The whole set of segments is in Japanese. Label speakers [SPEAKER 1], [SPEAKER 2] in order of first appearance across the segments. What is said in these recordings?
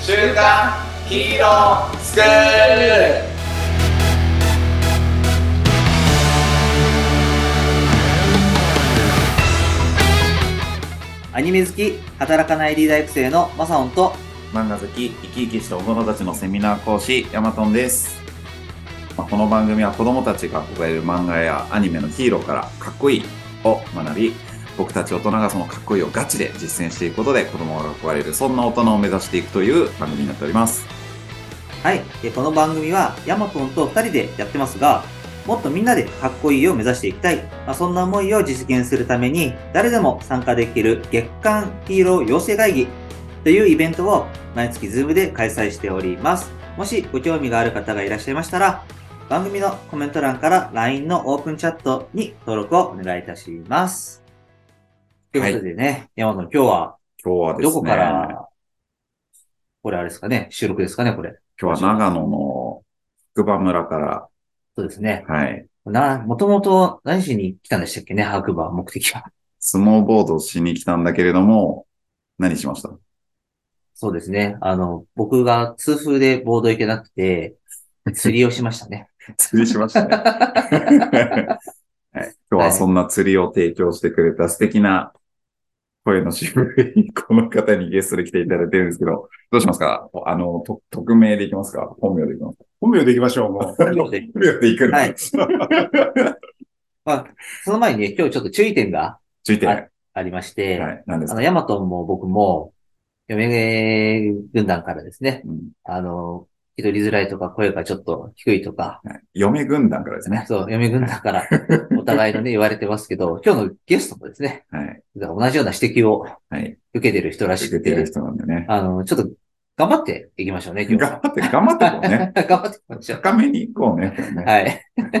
[SPEAKER 1] 週刊ヒーロースクール
[SPEAKER 2] アニメ好き、働かないリーダー育成のマサオンと、
[SPEAKER 3] 漫画好き、生き生きした大人たちのセミナー講師、ヤマトンです。まあこの番組は子供たちが憧れる漫画やアニメのヒーローからかっこいいを学び、僕たち大人がそのかっこいいをガチで実践していくことで子供が憧れる、そんな大人を目指していくという番組になっております。
[SPEAKER 2] はい、えこの番組はヤマトンと2人でやってますが、もっとみんなでかっこいいを目指していきたい。まあ、そんな思いを実現するために、誰でも参加できる月間ヒーロー養成会議というイベントを毎月 Zoom で開催しております。もしご興味がある方がいらっしゃいましたら、番組のコメント欄から LINE のオープンチャットに登録をお願いいたします。ということでね、ヤマトン今日は
[SPEAKER 3] 今日はですね、
[SPEAKER 2] どこから、これあれですかね、収録ですかね、これ。
[SPEAKER 3] 今日は長野の福場村から、
[SPEAKER 2] そうですね。
[SPEAKER 3] はい、
[SPEAKER 2] な、もともと何しに来たんでしたっけね、白馬、目的は。
[SPEAKER 3] スノーボードしに来たんだけれども、何しました
[SPEAKER 2] そうですね。あの、僕が痛風でボード行けなくて、釣りをしました ね。
[SPEAKER 3] 釣りしました ね。はい、今日はそんな釣りを提供してくれた素敵な声の渋いこの方にゲストで来ていただいてるんですけど、どうしますかあの、と匿名でいきますか本名でいきますか
[SPEAKER 4] 本名でいきましょう、もう。
[SPEAKER 2] で
[SPEAKER 3] 本名でいくんだ
[SPEAKER 2] はいまあ、その前にね、今日ちょっと注意点が
[SPEAKER 3] 注意点。
[SPEAKER 2] は
[SPEAKER 3] はい
[SPEAKER 2] ありまして、
[SPEAKER 3] い。何です
[SPEAKER 2] あ
[SPEAKER 3] か
[SPEAKER 2] の、ヤマトンも僕も、嫁軍団からですね、
[SPEAKER 3] うん
[SPEAKER 2] あの、聞き取りづらいとか、声がちょっと低いとか、
[SPEAKER 3] 嫁軍団からですね。
[SPEAKER 2] そう、嫁軍団からお互いのね、言われてますけど、今日のゲストもですね、
[SPEAKER 3] はい。
[SPEAKER 2] 同じような指摘を
[SPEAKER 3] はい。
[SPEAKER 2] 受けてる人らし
[SPEAKER 3] 受
[SPEAKER 2] く
[SPEAKER 3] けて
[SPEAKER 2] て
[SPEAKER 3] る、人なんでね。
[SPEAKER 2] あの、ちょっと頑張っていきましょうね、今日
[SPEAKER 3] 頑
[SPEAKER 2] は。
[SPEAKER 3] 張って、頑張ってこう ね。
[SPEAKER 2] 頑張っていきましょう。
[SPEAKER 3] 高めに行こうね。今日ね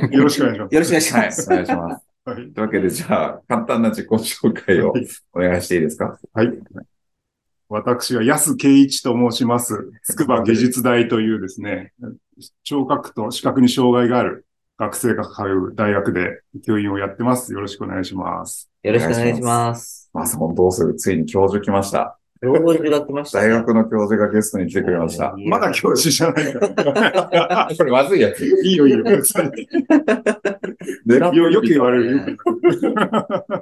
[SPEAKER 2] はい。
[SPEAKER 4] よろしくお願いします。
[SPEAKER 2] よろしくお願いし
[SPEAKER 3] はい
[SPEAKER 2] ま。す。
[SPEAKER 3] お願いします。
[SPEAKER 4] はい。
[SPEAKER 3] というわけで、じゃあ、簡単な自己紹介をお願いしていいですか
[SPEAKER 4] 私は安圭一と申します。筑波技術大というですね、聴覚と視覚に障害がある学生が通う大学で教員をやってます。よろしくお願いします。
[SPEAKER 2] よろしくお願いします。
[SPEAKER 3] まあ、そこどうするついに教授来ました。
[SPEAKER 2] 教授が来ましたね。
[SPEAKER 3] 大学の教授がゲストに来てくれました。
[SPEAKER 2] いや
[SPEAKER 4] まだ教師じゃないから。
[SPEAKER 3] これまずいやつ。
[SPEAKER 4] いいよ、いいよ。
[SPEAKER 3] 狙
[SPEAKER 4] よよく言われる。よく言われる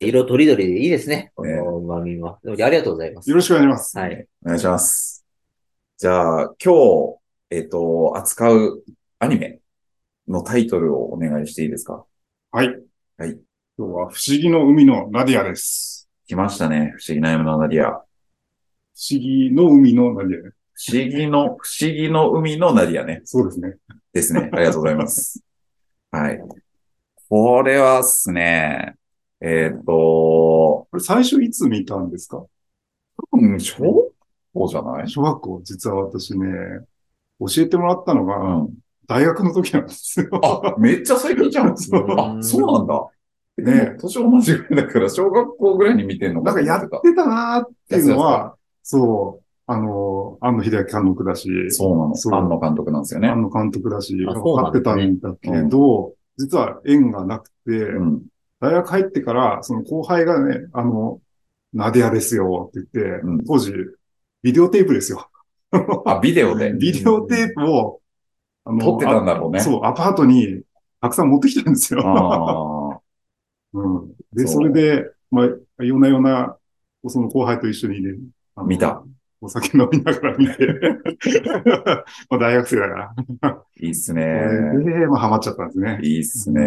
[SPEAKER 2] 色とりどりでいいですね。こ
[SPEAKER 3] ね
[SPEAKER 2] の番組は。でもありがとうございます
[SPEAKER 4] よ。ろしくお願いします。
[SPEAKER 2] はい。
[SPEAKER 3] お願いします。じゃあ、今日、えっ、と、扱うアニメのタイトルをお願いしていいですか
[SPEAKER 4] はい。
[SPEAKER 3] はい。
[SPEAKER 4] 今日は不思議の海のナディアです。
[SPEAKER 3] 来ましたね。不思議な夢のナディア。
[SPEAKER 4] 不思議の海のナディア。
[SPEAKER 3] 不思議の、不思議の海のナディアね。
[SPEAKER 4] そうですね。
[SPEAKER 3] ですね。ありがとうございます。はい。これはですね、えっ、と、
[SPEAKER 4] これ最初いつ見たんですか
[SPEAKER 3] うん、小学校じゃない
[SPEAKER 4] 小学校、実は私ね、教えてもらったの
[SPEAKER 3] う
[SPEAKER 4] が、
[SPEAKER 3] ん。
[SPEAKER 4] 大学の時なんですよ。
[SPEAKER 3] あ、めっちゃ最近じゃん。あ、そう
[SPEAKER 2] うん
[SPEAKER 3] なんだ。
[SPEAKER 4] ね
[SPEAKER 3] 年同じぐらいだから、小学校ぐらいに見てんの
[SPEAKER 4] なんかやっ
[SPEAKER 3] って
[SPEAKER 4] たなーっていうの
[SPEAKER 3] や
[SPEAKER 4] は、そう、あの、安野秀明監督だし、
[SPEAKER 3] た。そう
[SPEAKER 4] そう
[SPEAKER 3] なの。庵野監督なんですよね。
[SPEAKER 4] 安野監督だし、
[SPEAKER 2] あそう
[SPEAKER 4] 分か
[SPEAKER 2] なん
[SPEAKER 4] って
[SPEAKER 2] です
[SPEAKER 4] た
[SPEAKER 2] ね
[SPEAKER 4] んだけど、実は縁がなくて、
[SPEAKER 3] うん。
[SPEAKER 4] 大学入ってから、その後輩がね、あの、ナディアですよって言って、
[SPEAKER 3] うん
[SPEAKER 4] 当時、ビデオテープですよ。
[SPEAKER 3] あ、ビデオで。
[SPEAKER 4] ビデオテープを、あの
[SPEAKER 3] 撮ってたんだろうね。
[SPEAKER 4] あそう、アパートにたくさん持ってきたんですよ。
[SPEAKER 3] ああ。
[SPEAKER 4] うん。で、
[SPEAKER 3] そ
[SPEAKER 4] そうれで、まあ、夜な夜な、その後輩と一緒にね、あの
[SPEAKER 3] 見た。
[SPEAKER 4] お酒飲みながら見て、 まあ大学生だから。
[SPEAKER 3] いいっすね。
[SPEAKER 4] で、まあ、ハマっちゃったんですね。
[SPEAKER 3] いいっすね。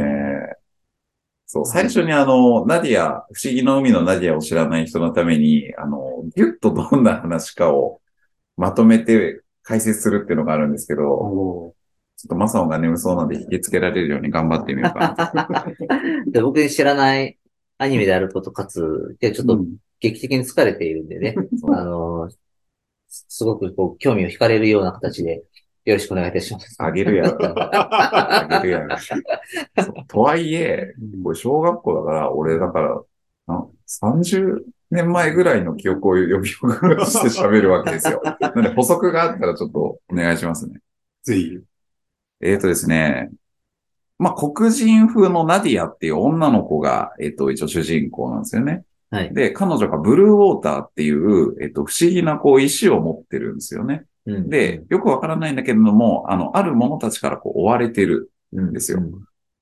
[SPEAKER 3] そう、最初にあの、ナディア、不思議の海のナディアを知らない人のために、あの、ぎゅっとどんな話かをまとめて解説するっていうのがあるんですけど、
[SPEAKER 4] お
[SPEAKER 3] ちょっとマサオが眠そうなんで引きつけられるように頑張ってみようかな。
[SPEAKER 2] で僕知らないアニメであること、かつ、でちょっ
[SPEAKER 4] ーう
[SPEAKER 2] と
[SPEAKER 4] ん
[SPEAKER 2] 劇的に疲れているんで ね。あの、すごくこう、興味を惹かれるような形で、よろしくお願いいたします。
[SPEAKER 3] あげるやろ。あげるやろ。そうとはいえ、これ小学校だから、俺だから、な30年前ぐらいの記憶を呼び起こして喋るわけですよ。なんで補足があったらちょっとお願いしますね。
[SPEAKER 4] ぜひ。
[SPEAKER 3] えっ、とですね。まあ、黒人風のナディアっていう女の子が、えっ、と、一応主人公なんですよね。
[SPEAKER 2] はい。
[SPEAKER 3] で、彼女がブルーウォーターっていう、えっと、不思議なこう石を持ってるんですよね。
[SPEAKER 2] うん
[SPEAKER 3] で、、よくわからないんだけれども、あの、ある者たちからこう追われてる。
[SPEAKER 2] うん
[SPEAKER 3] ですよ。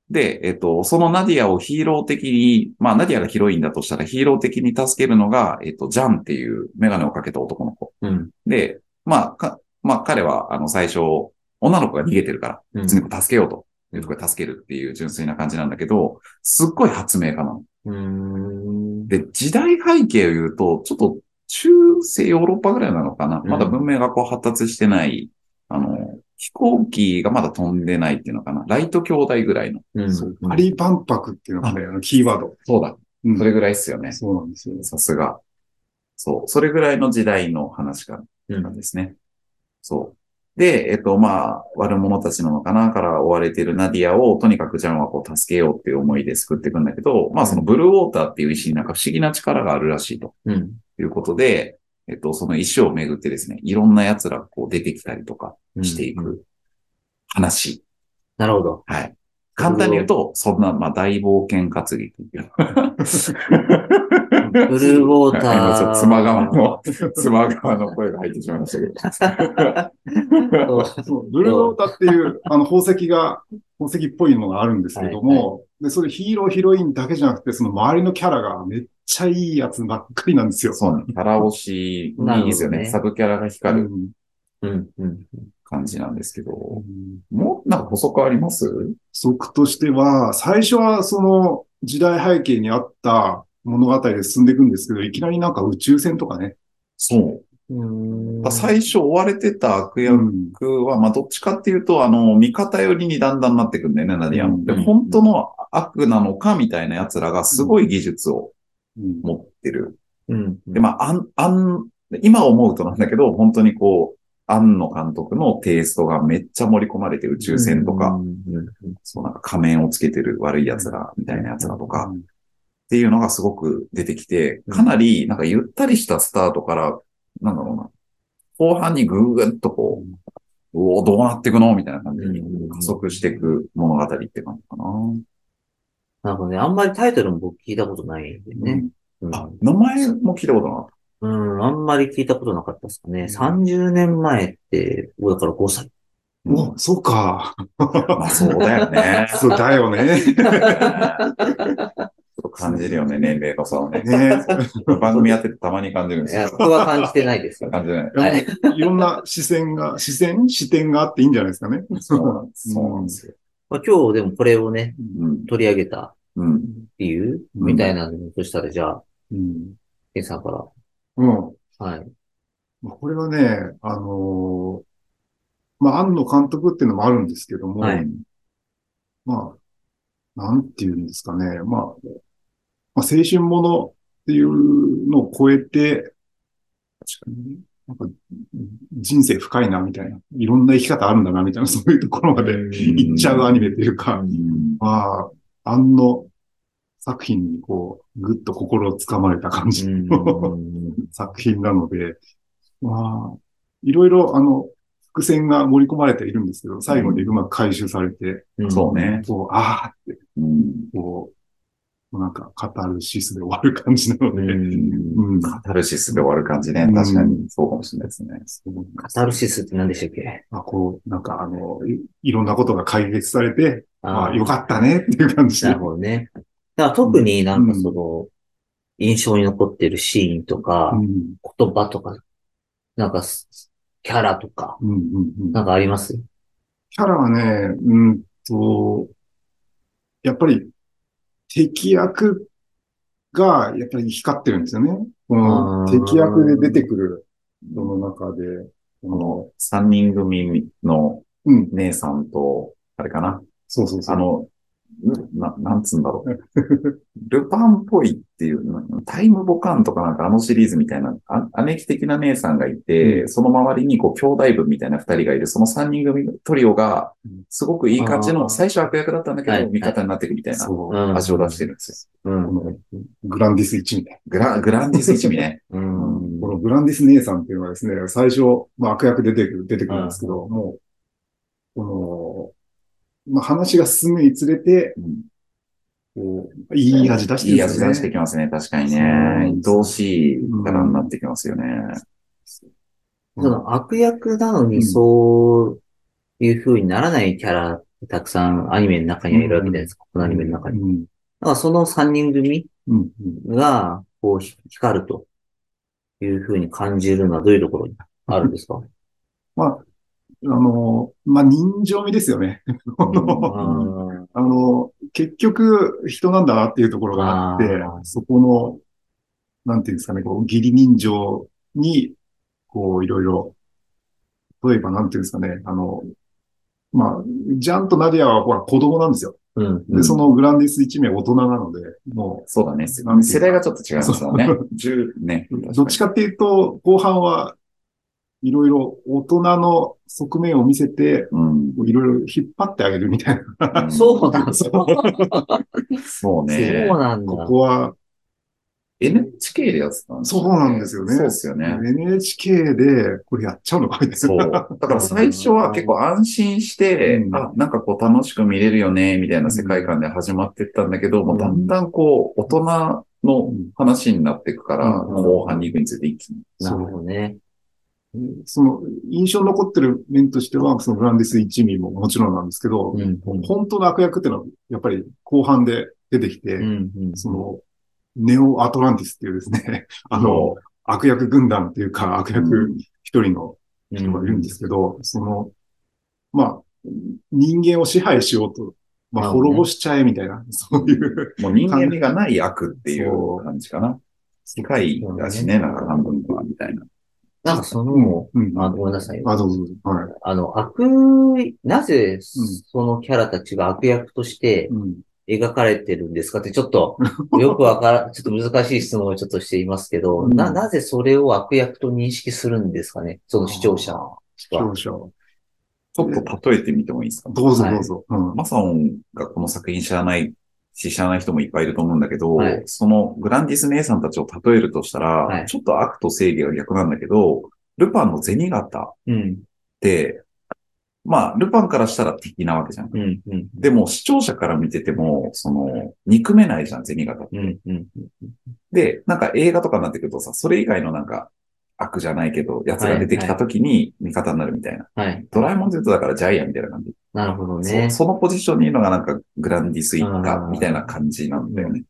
[SPEAKER 3] で、えっと、そのナディアをヒーロー的に、まあ、ナディアがヒロインだとしたらヒーロー的に助けるのが、えっと、ジャンっていうメガネをかけた男の子。
[SPEAKER 2] うん。
[SPEAKER 3] で、まあ、か、まあ、彼は、あの、最初、女の子が逃げてるから、
[SPEAKER 2] うん。
[SPEAKER 3] 常に助けようと。いうところで助けるっていう純粋な感じなんだけど、すっごい発明家なの。
[SPEAKER 2] うん。
[SPEAKER 3] で、時代背景を言うと、ちょっと中世ヨーロッパぐらいなのかな。
[SPEAKER 2] うん
[SPEAKER 3] まだ文明がこう発達してない、あの、飛行機がまだ飛んでないっていうのかな。ライト兄弟ぐらいの。
[SPEAKER 2] うん。
[SPEAKER 4] そうパリ万博っていうのがね、あの、キーワード。
[SPEAKER 3] そうだ。
[SPEAKER 4] うん
[SPEAKER 3] それぐらいっすよね。
[SPEAKER 4] そうなんですよ。
[SPEAKER 3] さすが。そう。それぐらいの時代の話か
[SPEAKER 2] うん
[SPEAKER 3] なんですね。そう。で、えっと、まあ、悪者たちなのかなから追われているナディアを、とにかくジャンはこう助けようっていう思いで救っていくんだけど、まあ、そのブルーウォーターっていう石になんか不思議な力があるらしいと
[SPEAKER 2] うん。
[SPEAKER 3] いうことで、えっと、その石をめぐってですね、いろんな奴らがこう出てきたりとかしてい
[SPEAKER 2] うん。
[SPEAKER 3] く話。
[SPEAKER 2] なるほど。
[SPEAKER 3] はい。簡単に言うと、そんな、まあ、大冒険活劇っていう。
[SPEAKER 2] ブルーウォータ
[SPEAKER 3] はい今ちょっ
[SPEAKER 2] ー。
[SPEAKER 3] と妻側の、妻側の声が入ってしまいましたけど。
[SPEAKER 4] そうブルーロータっていう、あの、宝石が、宝石っぽいのがあるんですけども、で、それヒーロー、ヒロインだけじゃなくて、その周りのキャラがめっちゃいいやつばっかりなんですよ。
[SPEAKER 3] そうね。キャラ推しにいいですよね
[SPEAKER 2] なるほどね
[SPEAKER 3] サブキャラが光る
[SPEAKER 4] うん
[SPEAKER 2] うん。うん。
[SPEAKER 3] 感じなんですけど。
[SPEAKER 4] うん
[SPEAKER 3] もう、なんか補足あります
[SPEAKER 4] 則としては、最初はその時代背景にあった物語で進んでいくんですけど、いきなりなんか宇宙船とかね。
[SPEAKER 3] そうう。
[SPEAKER 2] ん。
[SPEAKER 3] 最初追われてた悪
[SPEAKER 4] う
[SPEAKER 3] 役
[SPEAKER 4] ん
[SPEAKER 3] は、まあ、どっちかっていうと、あの、味方寄りにだんだんなってくんだよね、ナディアも。で、
[SPEAKER 2] うん
[SPEAKER 3] 本当の悪なのかみたいな奴らがすごい技術を
[SPEAKER 4] うん
[SPEAKER 3] 持ってる。
[SPEAKER 2] うん。
[SPEAKER 3] で、まあ、あん、あん、今思うとなんだけど、本当にこう、庵野監督のテイストがめっちゃ盛り込まれて宇宙船とか、そうなんか仮面をつけてる悪い奴らみたいな奴らとか、っていうのがすごく出てきて、
[SPEAKER 2] うん
[SPEAKER 3] かなりなんかゆったりしたスタートから、なんだろうな、後半にぐーっとこう、うおどうなっていくのみたいな感じに
[SPEAKER 2] うん
[SPEAKER 3] 加速していく物語って感じかな。
[SPEAKER 2] なんかね、あんまりタイトルも僕聞いたことないんでね。うん
[SPEAKER 3] あ、名前も聞いたことなかっ
[SPEAKER 2] うん、あんまり聞いたことなかったですかね。30年前って、僕だから5歳。
[SPEAKER 3] た。
[SPEAKER 4] お、そうか。
[SPEAKER 3] まあそうだよね。
[SPEAKER 4] そうだよね。
[SPEAKER 3] ちょっと感じるよね、年齢の差をね。
[SPEAKER 4] ね
[SPEAKER 3] 番組やっててたまに感じるんで
[SPEAKER 2] い
[SPEAKER 3] す
[SPEAKER 2] や、
[SPEAKER 3] よ。
[SPEAKER 2] 僕は感じてない ですよ。
[SPEAKER 3] 感じない。
[SPEAKER 2] はい。
[SPEAKER 4] いろんな視線が、視線視点があっていいんじゃないですかね。
[SPEAKER 3] そうなんです。そうなんですよ。
[SPEAKER 2] まあ、今日でもこれをね、
[SPEAKER 3] うん。
[SPEAKER 2] 取り上げた
[SPEAKER 3] うん。
[SPEAKER 2] 理由
[SPEAKER 4] うん
[SPEAKER 2] みたいなのとしたら、じゃあ、
[SPEAKER 4] うん。
[SPEAKER 2] ケンさんから。
[SPEAKER 4] うん。
[SPEAKER 2] はい。
[SPEAKER 4] まあこれはね、あのーまあ、庵野監督っていうのもあるんですけども、
[SPEAKER 2] はい
[SPEAKER 4] まあ、なんていうんですかね、まあ、まあ、青春ものっていうのを超えて、確かに、なんか、人生深いな、みたいな。いろんな生き方あるんだな、みたいな、 そういうところまで行っちゃうアニメというか、まあ、庵野作品にこう、ぐっと心をつかまれた感じ
[SPEAKER 2] う
[SPEAKER 4] 作品なので、まあ、いろいろ、あの、伏線が盛り込まれているんですけど、最後にうまく回収されて、
[SPEAKER 2] ん
[SPEAKER 3] そう。ね。
[SPEAKER 4] こう、ああ、
[SPEAKER 3] うん。
[SPEAKER 4] こう、なんか、カタルシスで終わる感じなので、
[SPEAKER 2] うん
[SPEAKER 4] うん。
[SPEAKER 3] カタルシスで終わる感じね。
[SPEAKER 4] うん
[SPEAKER 3] 確かに、そうかもしれないですね。
[SPEAKER 2] カタルシスって何でしたっけ
[SPEAKER 4] まあ、こう、なんか、あの、いいろんなことが解決されて、ま
[SPEAKER 2] あ
[SPEAKER 4] あ、
[SPEAKER 2] ー
[SPEAKER 4] よかったねっていう感じ
[SPEAKER 2] な
[SPEAKER 4] で
[SPEAKER 2] る。ほどね。だから特になんかその、印象に残ってるシーンとか、
[SPEAKER 4] うん、
[SPEAKER 2] 言葉とか、なんかす、キャラとか、
[SPEAKER 4] うん、うん。うん
[SPEAKER 2] なんかあります
[SPEAKER 4] キャラはね、うんと、やっぱり、敵役が、やっぱり光ってるんですよね。この
[SPEAKER 2] あー
[SPEAKER 4] 敵役で出てくる人の中で、
[SPEAKER 3] こ
[SPEAKER 4] この、
[SPEAKER 3] の三人組の
[SPEAKER 4] うん、
[SPEAKER 3] 姉さんと、あれかな。
[SPEAKER 4] そうそうそう。
[SPEAKER 3] あの、んな、なんつうんだろう。 ルパンっぽいっていう、なタイムボカンとかなんかあのシリーズみたいな、あ姉貴的な姉さんがいて、その周りにこう兄弟分みたいな二人がいる、その三人組のトリオが
[SPEAKER 4] うん、
[SPEAKER 3] すごくいい感じ
[SPEAKER 2] あー
[SPEAKER 3] の、最初悪役だったんだけ
[SPEAKER 2] はい
[SPEAKER 3] ど、味方になっていくみたいな
[SPEAKER 4] そうう。
[SPEAKER 2] ん
[SPEAKER 3] 味を出してるんです
[SPEAKER 2] う
[SPEAKER 4] こ
[SPEAKER 2] ん。
[SPEAKER 4] の、グランディス1みたい
[SPEAKER 3] よ。グラ、グランディス一味 ね。
[SPEAKER 2] う
[SPEAKER 4] な。
[SPEAKER 2] ん
[SPEAKER 4] このグランディス姉さんっていうのはですね、最初、まあ悪役出てくる、出てくるんですけど、もう、この、まあ話が進むにつれて、
[SPEAKER 3] うん
[SPEAKER 4] ここう、いい味出して
[SPEAKER 3] いい
[SPEAKER 4] るんで
[SPEAKER 3] 味
[SPEAKER 4] すね。
[SPEAKER 3] 出してきますね、確かに
[SPEAKER 4] そうな
[SPEAKER 3] ね
[SPEAKER 4] ん。です
[SPEAKER 3] 愛おしい方になってきますよね。
[SPEAKER 2] その悪役なのにそういう風にならないキャラってたくさんアニメの中にはいるわけじゃないですか。このアニメの中に。
[SPEAKER 4] うん。
[SPEAKER 2] だからその3人組
[SPEAKER 4] うん。
[SPEAKER 2] が、こう、ひ光るという風に感じるのはどういうところにあるんですか
[SPEAKER 4] まあ、あの、まあ、人情味ですよね。あの
[SPEAKER 2] うん
[SPEAKER 4] あの、結局、人なんだなっていうところがあって
[SPEAKER 2] あー、
[SPEAKER 4] そこの、なんていうんですかね、こう、義理人情に、こう、いろいろ、例えば、なんていうんですかね、あの、まあ、ジャンとナディアはほら子供なんですよ。
[SPEAKER 2] うん。
[SPEAKER 4] で、そのグランディス一名大人なので、も
[SPEAKER 3] そうだね。
[SPEAKER 4] なんていうか
[SPEAKER 3] 世代がちょっと違いますもんね
[SPEAKER 4] そ。
[SPEAKER 3] 10ね。
[SPEAKER 4] う、どっちかっていうと、後半はいろいろ大人の側面を見せて、
[SPEAKER 3] うん。
[SPEAKER 4] いろいろ引っ張ってあげるみたいな。
[SPEAKER 3] うん
[SPEAKER 2] そうなんだ。そう
[SPEAKER 3] そうね。
[SPEAKER 2] なんだ
[SPEAKER 4] こ。こは、
[SPEAKER 3] NHK でやってたん
[SPEAKER 4] そうなんですよね
[SPEAKER 3] そうですよね。
[SPEAKER 4] NHK でこれやっちゃうのかみたいな。
[SPEAKER 3] そう。だから最初は結構安心して、
[SPEAKER 4] うん
[SPEAKER 3] あ、なんかこう楽しく見れるよね、みたいな世界観で始まってったんだけど、もうだんだんこう、大人の話になっていくから、
[SPEAKER 4] うん
[SPEAKER 3] 後半に行くについて一気に。
[SPEAKER 2] なるほどね。
[SPEAKER 4] その、印象に残ってる面としては、そのグランディス一味ももちろんなんですけど、
[SPEAKER 2] うん。うん
[SPEAKER 4] 本当の悪役っていうのは、やっぱり後半で出てきて、
[SPEAKER 2] うん。
[SPEAKER 4] その、ネオアトランティスっていうですね、 あの、悪役軍団っていうか、悪役一人の人がいるんですけど、その、まあ、人間を支配しようと、まあ、
[SPEAKER 2] なるほどね
[SPEAKER 4] 滅ぼしちゃえみたいな、そういう、
[SPEAKER 3] もう人間味がない悪っていう感じかな。世界だしね、
[SPEAKER 2] そうね
[SPEAKER 3] なんか半分は、みたいな。
[SPEAKER 2] なんかその、
[SPEAKER 4] うん。
[SPEAKER 2] あ、ごめんなさい。
[SPEAKER 4] あ、どうぞ、はい。
[SPEAKER 2] あの、悪、なぜそのキャラたちが悪役として
[SPEAKER 4] うん。
[SPEAKER 2] 描かれてるんですかってちょっと、よくわから、ちょっと難しい質問をちょっとしていますけど、
[SPEAKER 4] うん
[SPEAKER 2] な、なぜそれを悪役と認識するんですかねその視聴者は。
[SPEAKER 4] 強者。
[SPEAKER 3] ちょっと例えてみてもいいですか
[SPEAKER 4] どうぞどうぞ。うん。
[SPEAKER 3] マサオンがこの作品知らないし、知らない人もいっぱいいると思うんだけど、
[SPEAKER 2] はい
[SPEAKER 3] そのグランディス姉さんたちを例えるとしたら、
[SPEAKER 2] はい
[SPEAKER 3] ちょっと悪と正義が逆なんだけど、ルパンの銭形っ
[SPEAKER 2] うん、
[SPEAKER 3] て、まあ、ルパンからしたら敵なわけじゃん。
[SPEAKER 2] うん、うん、
[SPEAKER 3] でも、視聴者から見てても、その、憎めないじゃん、銭形。
[SPEAKER 2] うん、うん。
[SPEAKER 3] で、なんか映画とかになってくるとさ、それ以外のなんか、悪じゃないけど、奴が出てきた時に味方になるみたいな。
[SPEAKER 2] はい。
[SPEAKER 3] ドラえもんで言うとだからジャイアンみたいな感じ。
[SPEAKER 2] なるほどね
[SPEAKER 3] そ。そのポジションにいるのがなんかグランディス一
[SPEAKER 2] う
[SPEAKER 3] 家
[SPEAKER 2] ん
[SPEAKER 3] みたいな感じなんだよね。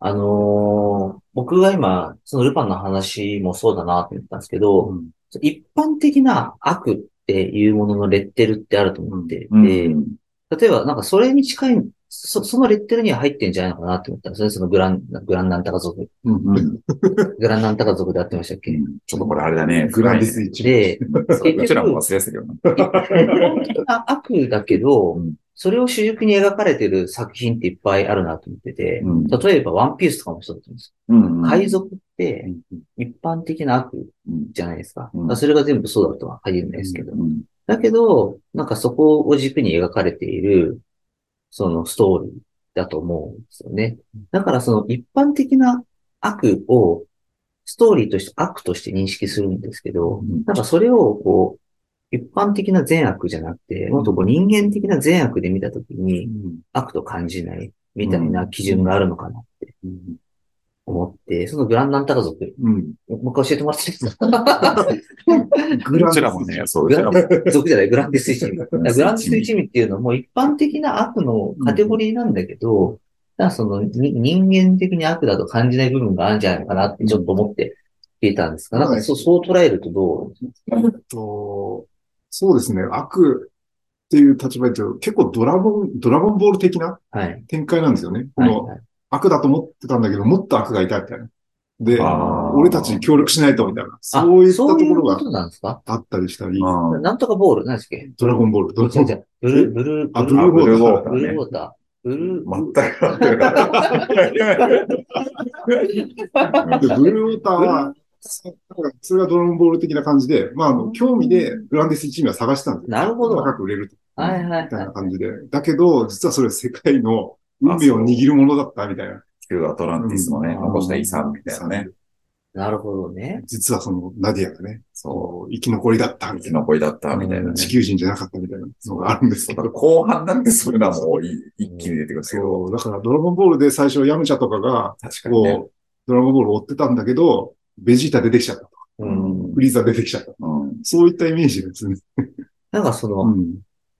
[SPEAKER 2] あのー僕が今、そのルパンの話もそうだなって言ったんですけど、
[SPEAKER 4] うん
[SPEAKER 2] 一般的な悪っていうもののレッテルってあると思っていて、
[SPEAKER 3] うん
[SPEAKER 2] 例えば、なんかそれに近い、そ、そのレッテルには入ってんじゃないのかなって思ったんですね。そのグラン、グランなんたか族。
[SPEAKER 4] うん
[SPEAKER 3] うん
[SPEAKER 2] グランなんたか族であってましたっけ
[SPEAKER 3] ちょっとこれあれだね。
[SPEAKER 4] グランディ
[SPEAKER 3] ス。
[SPEAKER 4] ス一
[SPEAKER 2] で、結
[SPEAKER 3] う
[SPEAKER 2] 局
[SPEAKER 3] ちらも忘れやすいよな。
[SPEAKER 2] 一般的な悪だけど、
[SPEAKER 3] うん
[SPEAKER 2] それを主軸に描かれてる作品っていっぱいあるなと思ってて、
[SPEAKER 3] うん
[SPEAKER 2] 例えばワンピースとかもそうだと思うんです
[SPEAKER 3] うん
[SPEAKER 2] 海賊って
[SPEAKER 3] うん
[SPEAKER 2] 一般的な悪
[SPEAKER 3] うん
[SPEAKER 2] じゃないですか。
[SPEAKER 3] うん
[SPEAKER 2] だからそれが全部そうだとは限らないですけど。
[SPEAKER 3] うん
[SPEAKER 2] だけど、なんかそこを軸に描かれている、そのストーリーだと思うんですよね。だからその一般的な悪を、ストーリーとして悪として認識するんですけど、
[SPEAKER 3] うん
[SPEAKER 2] なんかそれをこう、一般的な善悪じゃなくて、もっとこう人間的な善悪で見たとき
[SPEAKER 4] う
[SPEAKER 2] に
[SPEAKER 4] ん
[SPEAKER 2] 悪と感じないみたいな基準があるのかなって思って、そのグランナンタカ族、
[SPEAKER 4] うん。
[SPEAKER 2] もう一回教えてもらっていいですか
[SPEAKER 4] グラン
[SPEAKER 3] うち
[SPEAKER 4] デ
[SPEAKER 3] ら
[SPEAKER 4] ィ
[SPEAKER 3] も
[SPEAKER 4] ス
[SPEAKER 3] ね、そう、う
[SPEAKER 2] グ
[SPEAKER 3] ち
[SPEAKER 2] ラ
[SPEAKER 3] ら
[SPEAKER 2] ン
[SPEAKER 3] も。
[SPEAKER 2] 族じゃない、グランディス一味。だからグランディス一味っていうのはもう一般的な悪のカテゴリーなんだけど、ただそのに人間的に悪だと感じない部分があるんじゃないのかなってちょっと思って聞いたんですが、なんかそうそう捉えるとど
[SPEAKER 4] と、そうですね、悪っていう立場で言うと、結構ドラゴン、ドラゴンボール的な
[SPEAKER 2] うはい。
[SPEAKER 4] 展開なんですよね。こ
[SPEAKER 2] はい
[SPEAKER 4] の、悪だと思ってたんだけど、もっと悪がいたみたいな。で
[SPEAKER 3] あ、ー
[SPEAKER 4] 俺たちに協力しないとみたいな。そういったとこ
[SPEAKER 2] あそういう
[SPEAKER 4] ろ
[SPEAKER 2] こ
[SPEAKER 4] が
[SPEAKER 2] となんですか
[SPEAKER 4] あったりしたり、
[SPEAKER 3] うん
[SPEAKER 2] なんとかボール、何ですっけ
[SPEAKER 4] ドラゴンボール、ドラゴ
[SPEAKER 2] 違う
[SPEAKER 4] ン
[SPEAKER 2] 違
[SPEAKER 4] ボール。
[SPEAKER 2] う。ブルー、ブルー、
[SPEAKER 4] あ、
[SPEAKER 2] ブ
[SPEAKER 4] ブ
[SPEAKER 2] ル
[SPEAKER 4] ルー
[SPEAKER 2] ー、
[SPEAKER 4] ボールだ
[SPEAKER 3] あブルーボール
[SPEAKER 2] ブルーウォーター。ブルー、
[SPEAKER 3] 全く合ってな かった。
[SPEAKER 4] で、ブルーウォーターは、そうなんかそれがドラゴンボール的な感じで、まあ、あの、興味でグランディスチームは探したんですよ。
[SPEAKER 2] なるほど
[SPEAKER 4] 高く売れると。
[SPEAKER 2] はいはい
[SPEAKER 4] みたいな
[SPEAKER 2] は
[SPEAKER 4] 感じで。だけど、実はそれは世界の運命を握るものだったみたいな。
[SPEAKER 3] 旧アトランティスのね、
[SPEAKER 4] うん
[SPEAKER 3] 残した遺産みたいなね。
[SPEAKER 2] なるほどね。
[SPEAKER 4] 実はそのナディアがね、
[SPEAKER 3] そ
[SPEAKER 4] こう生き残りだった
[SPEAKER 3] う。生
[SPEAKER 4] みた
[SPEAKER 3] き
[SPEAKER 4] いな。
[SPEAKER 3] 残りだった、みたいなね。
[SPEAKER 4] 地球人じゃなかったみたいなのがあるんで
[SPEAKER 3] そ
[SPEAKER 4] すけ
[SPEAKER 3] うだ
[SPEAKER 4] ど
[SPEAKER 3] から。後半なんてそういうのはもうい一気に出てくるんですけど。
[SPEAKER 4] そう、だからドラゴンボールで最初ヤムチャとかが、
[SPEAKER 3] 確かにね。
[SPEAKER 4] こう、ドラゴンボールを追ってたんだけど、ベジータ出てきちゃったとか。
[SPEAKER 2] う。
[SPEAKER 3] うんん
[SPEAKER 4] フ。リーザ出てきちゃった。
[SPEAKER 3] うん。
[SPEAKER 4] そういったイメージですね。
[SPEAKER 2] なんかその、
[SPEAKER 4] ん。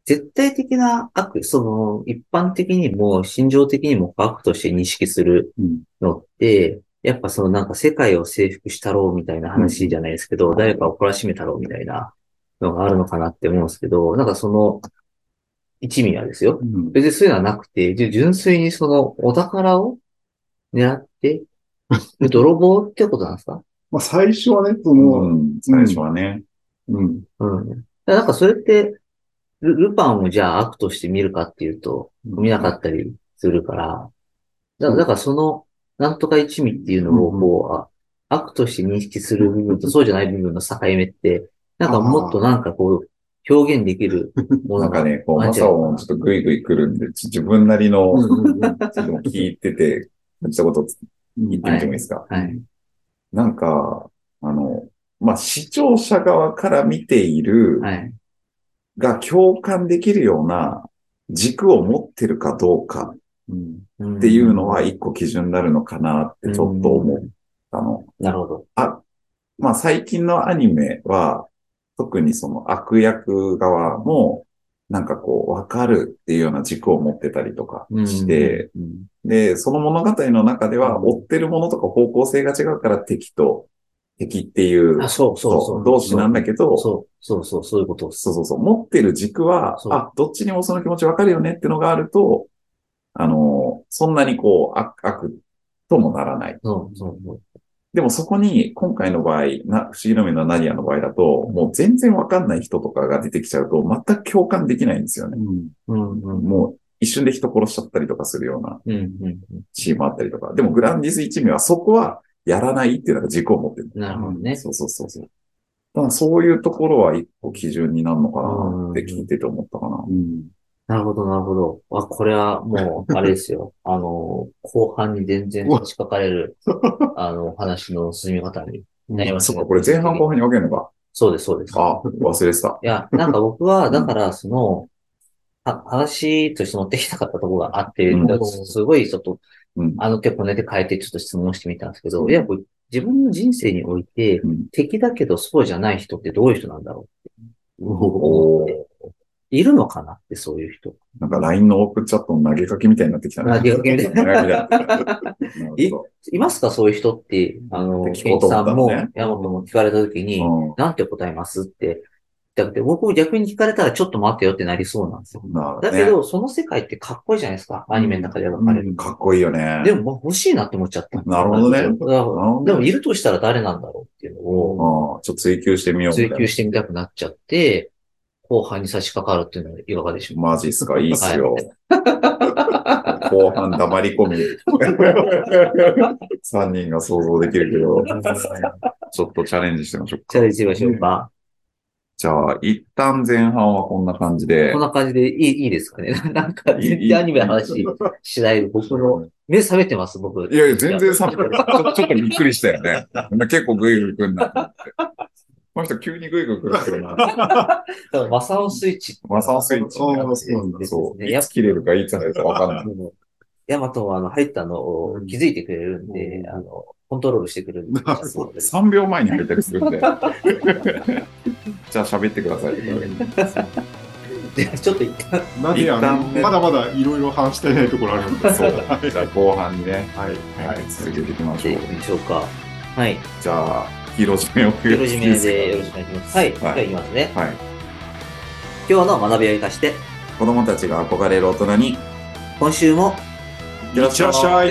[SPEAKER 2] 絶対的な悪、その、一般的にも、心情的にも悪として認識する
[SPEAKER 4] うん
[SPEAKER 2] のって、やっぱそのなんか世界を征服したろうみたいな話じゃないですけど、誰かを懲らしめたろうみたいなのがあるのかなって思うんですけど、なんかその、一味はですよ。
[SPEAKER 4] うん
[SPEAKER 2] 別にそういうのはなくて、じゅ純粋にそのお宝を狙 って、泥棒ってことなんですか
[SPEAKER 4] まあ最初はね、その、
[SPEAKER 3] うん最初はね。
[SPEAKER 4] うん。
[SPEAKER 2] うん。なんかそれって、ルルパンをじゃあ悪として見るかっていうと、見なかったりするから、だからだからその、なんとか一味っていうのを、
[SPEAKER 4] うん
[SPEAKER 2] こう、あ悪として認識する部分とそうじゃない部分の境目って、なんかもっとなんかこう、表現できるも
[SPEAKER 3] な
[SPEAKER 2] の
[SPEAKER 3] んか
[SPEAKER 2] が。
[SPEAKER 3] ね、こう、
[SPEAKER 2] あ
[SPEAKER 3] マサオもちょっとグイグイ来るんで、ち自分なりの、
[SPEAKER 4] う
[SPEAKER 3] ち
[SPEAKER 4] んうんうん
[SPEAKER 3] ょっと聞いてて、感じたこと言ってみてもいいですか
[SPEAKER 2] はい。
[SPEAKER 3] なんか、あの、まあ、視聴者側から見ている
[SPEAKER 2] はい。
[SPEAKER 3] が共感できるような軸を持ってるかどうか
[SPEAKER 4] うん
[SPEAKER 3] っていうの
[SPEAKER 2] は、
[SPEAKER 3] は一個基準になるのかなってちょっと思ったの。
[SPEAKER 2] なるほど。
[SPEAKER 3] あ、まあ、最近のアニメは、特にその悪役側も、なんかこう、わかるっていうような軸を持ってたりとかして、
[SPEAKER 4] うん
[SPEAKER 3] で、その物語の中では、追ってるものとか方向性が違うから敵と、敵っていう
[SPEAKER 2] あ、そうそうそう。
[SPEAKER 3] 同士なんだけど、そう
[SPEAKER 2] そう、そうそう、そういうことです。
[SPEAKER 3] そうそう、持ってる軸は
[SPEAKER 2] そ、う
[SPEAKER 3] あ、どっちにもその気持ちわかるよねってのがあると、あの、そんなにこう、悪、悪ともならない。
[SPEAKER 2] そうそうそう。
[SPEAKER 3] でもそこに、今回の場合、な、不思議の目のナディアの場合だと、もう全然わかんない人とかが出てきちゃうと、全く共感できないんですよ
[SPEAKER 4] う
[SPEAKER 3] ね。
[SPEAKER 4] ん。
[SPEAKER 2] うんうん
[SPEAKER 3] もう、一瞬で人殺しちゃったりとかするような
[SPEAKER 2] うんうん
[SPEAKER 3] シーンもあったりとか。でも、グランディス一味はそこはやらないっていうのが軸を持ってる。
[SPEAKER 2] なるほどね。
[SPEAKER 3] そうそうそうそう。だからそういうところは一個基準になるのかなって聞いてて思ったかな。
[SPEAKER 4] うん。
[SPEAKER 2] なるほど、なるほど。あ、これはもう、あれで すよ。あの、後半に全然差し掛かれる、あの、お話の進み方になりま
[SPEAKER 3] そ
[SPEAKER 2] す
[SPEAKER 3] っ
[SPEAKER 2] ね。
[SPEAKER 3] か、これ前半後半に分けるのか。
[SPEAKER 2] そうです、そうです。い
[SPEAKER 3] あ、忘れてた。
[SPEAKER 2] や、なんか僕は、だから、その、は話として持ってきたかったところがあって、
[SPEAKER 3] うん
[SPEAKER 2] だからすごいちょっと、
[SPEAKER 3] うん。
[SPEAKER 2] あの手こねて変えてちょっと質問してみたんですけど、いや、これ自分の人生において
[SPEAKER 3] うん、
[SPEAKER 2] 敵だけどそうじゃない人ってどういう人なんだろ
[SPEAKER 3] おー
[SPEAKER 2] ういるのかなって、そういう人。
[SPEAKER 3] なんか LINE のオープンチャットの投げかけみたいになってきたね
[SPEAKER 2] 投げかけみたいな
[SPEAKER 3] 投げかけみたいな。
[SPEAKER 2] えいますかそういう人って、あの、
[SPEAKER 3] って聞
[SPEAKER 2] ケ
[SPEAKER 3] こ
[SPEAKER 2] ン
[SPEAKER 3] うと思
[SPEAKER 2] チさ
[SPEAKER 3] っ
[SPEAKER 2] ん
[SPEAKER 3] たの
[SPEAKER 2] も、
[SPEAKER 3] ね
[SPEAKER 2] ヤマトも聞かれた時に、
[SPEAKER 3] うん
[SPEAKER 2] なんて答えますって。だって僕も逆に聞かれたらちょっと待ってよってなりそうなんですよ。
[SPEAKER 3] なるほど
[SPEAKER 2] だ
[SPEAKER 3] ね
[SPEAKER 2] けど、その世界ってかっこいいじゃないですか。アニメの中で描かれる。
[SPEAKER 3] かっこいいよね。
[SPEAKER 2] でも、まあ、欲しいなって思っちゃった。
[SPEAKER 3] なるほどね
[SPEAKER 2] だから
[SPEAKER 3] も
[SPEAKER 2] でも、いるとしたら誰なんだろうっていうのを
[SPEAKER 3] ああ、ちょっと追求してみようみ
[SPEAKER 2] 追
[SPEAKER 3] たい
[SPEAKER 2] 求してみたくなっちゃって、後半に差し掛かるっていうのはいかがでしょう
[SPEAKER 3] な。マジっすか、いいっすよ。 後半黙り込み。3人が想像できるけど、ちょっとチャレンジしてみましょう
[SPEAKER 2] チ
[SPEAKER 3] か
[SPEAKER 2] ャレンジしましょうか。
[SPEAKER 3] じゃあ、一旦前半はこんな感じで
[SPEAKER 2] こん。な感じでいい、いいですかね。 なんか、全然アニメの話しない。僕の目覚めてます、僕。
[SPEAKER 3] いやいや、全然寒くないちょちょっとびっくりしたよね。結構グイグイ来るなと思って。この人急にグイグイ来るんですけどな。
[SPEAKER 2] だからマサオスイッチって
[SPEAKER 3] マサオスイッチね、
[SPEAKER 4] ああそうなんだ
[SPEAKER 3] そう。
[SPEAKER 2] ね
[SPEAKER 3] いつ切れるかいつ入るかわかんない。
[SPEAKER 2] ヤマトはあの入ったのを気づいてくれるんで、あの、コントロールしてくれるんで
[SPEAKER 4] なる ほ、ど
[SPEAKER 2] そうです。
[SPEAKER 3] 3秒前に入ったりするんで。じゃあ喋ってくださいって言われて。
[SPEAKER 2] で ちょっと一旦、
[SPEAKER 4] ナディア
[SPEAKER 3] 一旦
[SPEAKER 4] ね、
[SPEAKER 3] ね
[SPEAKER 4] まだまだいろいろ話したいないところあるんで。
[SPEAKER 3] そう。じゃあ後半にね、
[SPEAKER 4] はい。
[SPEAKER 3] はい、続けていきましょ
[SPEAKER 2] で
[SPEAKER 3] う
[SPEAKER 2] いき。ましょうか。はい。
[SPEAKER 3] じゃあ、黄色締めをお
[SPEAKER 2] よ
[SPEAKER 3] 願
[SPEAKER 2] ろ
[SPEAKER 3] い
[SPEAKER 2] し
[SPEAKER 3] し
[SPEAKER 2] め
[SPEAKER 3] ます
[SPEAKER 2] でよろしくお願いします。はい。じゃあいきますね。
[SPEAKER 3] はい。
[SPEAKER 2] 今日の学びを生かして、
[SPEAKER 3] 子供たちが憧れる大人に、
[SPEAKER 2] 今週も、
[SPEAKER 4] いらっしゃい。
[SPEAKER 2] い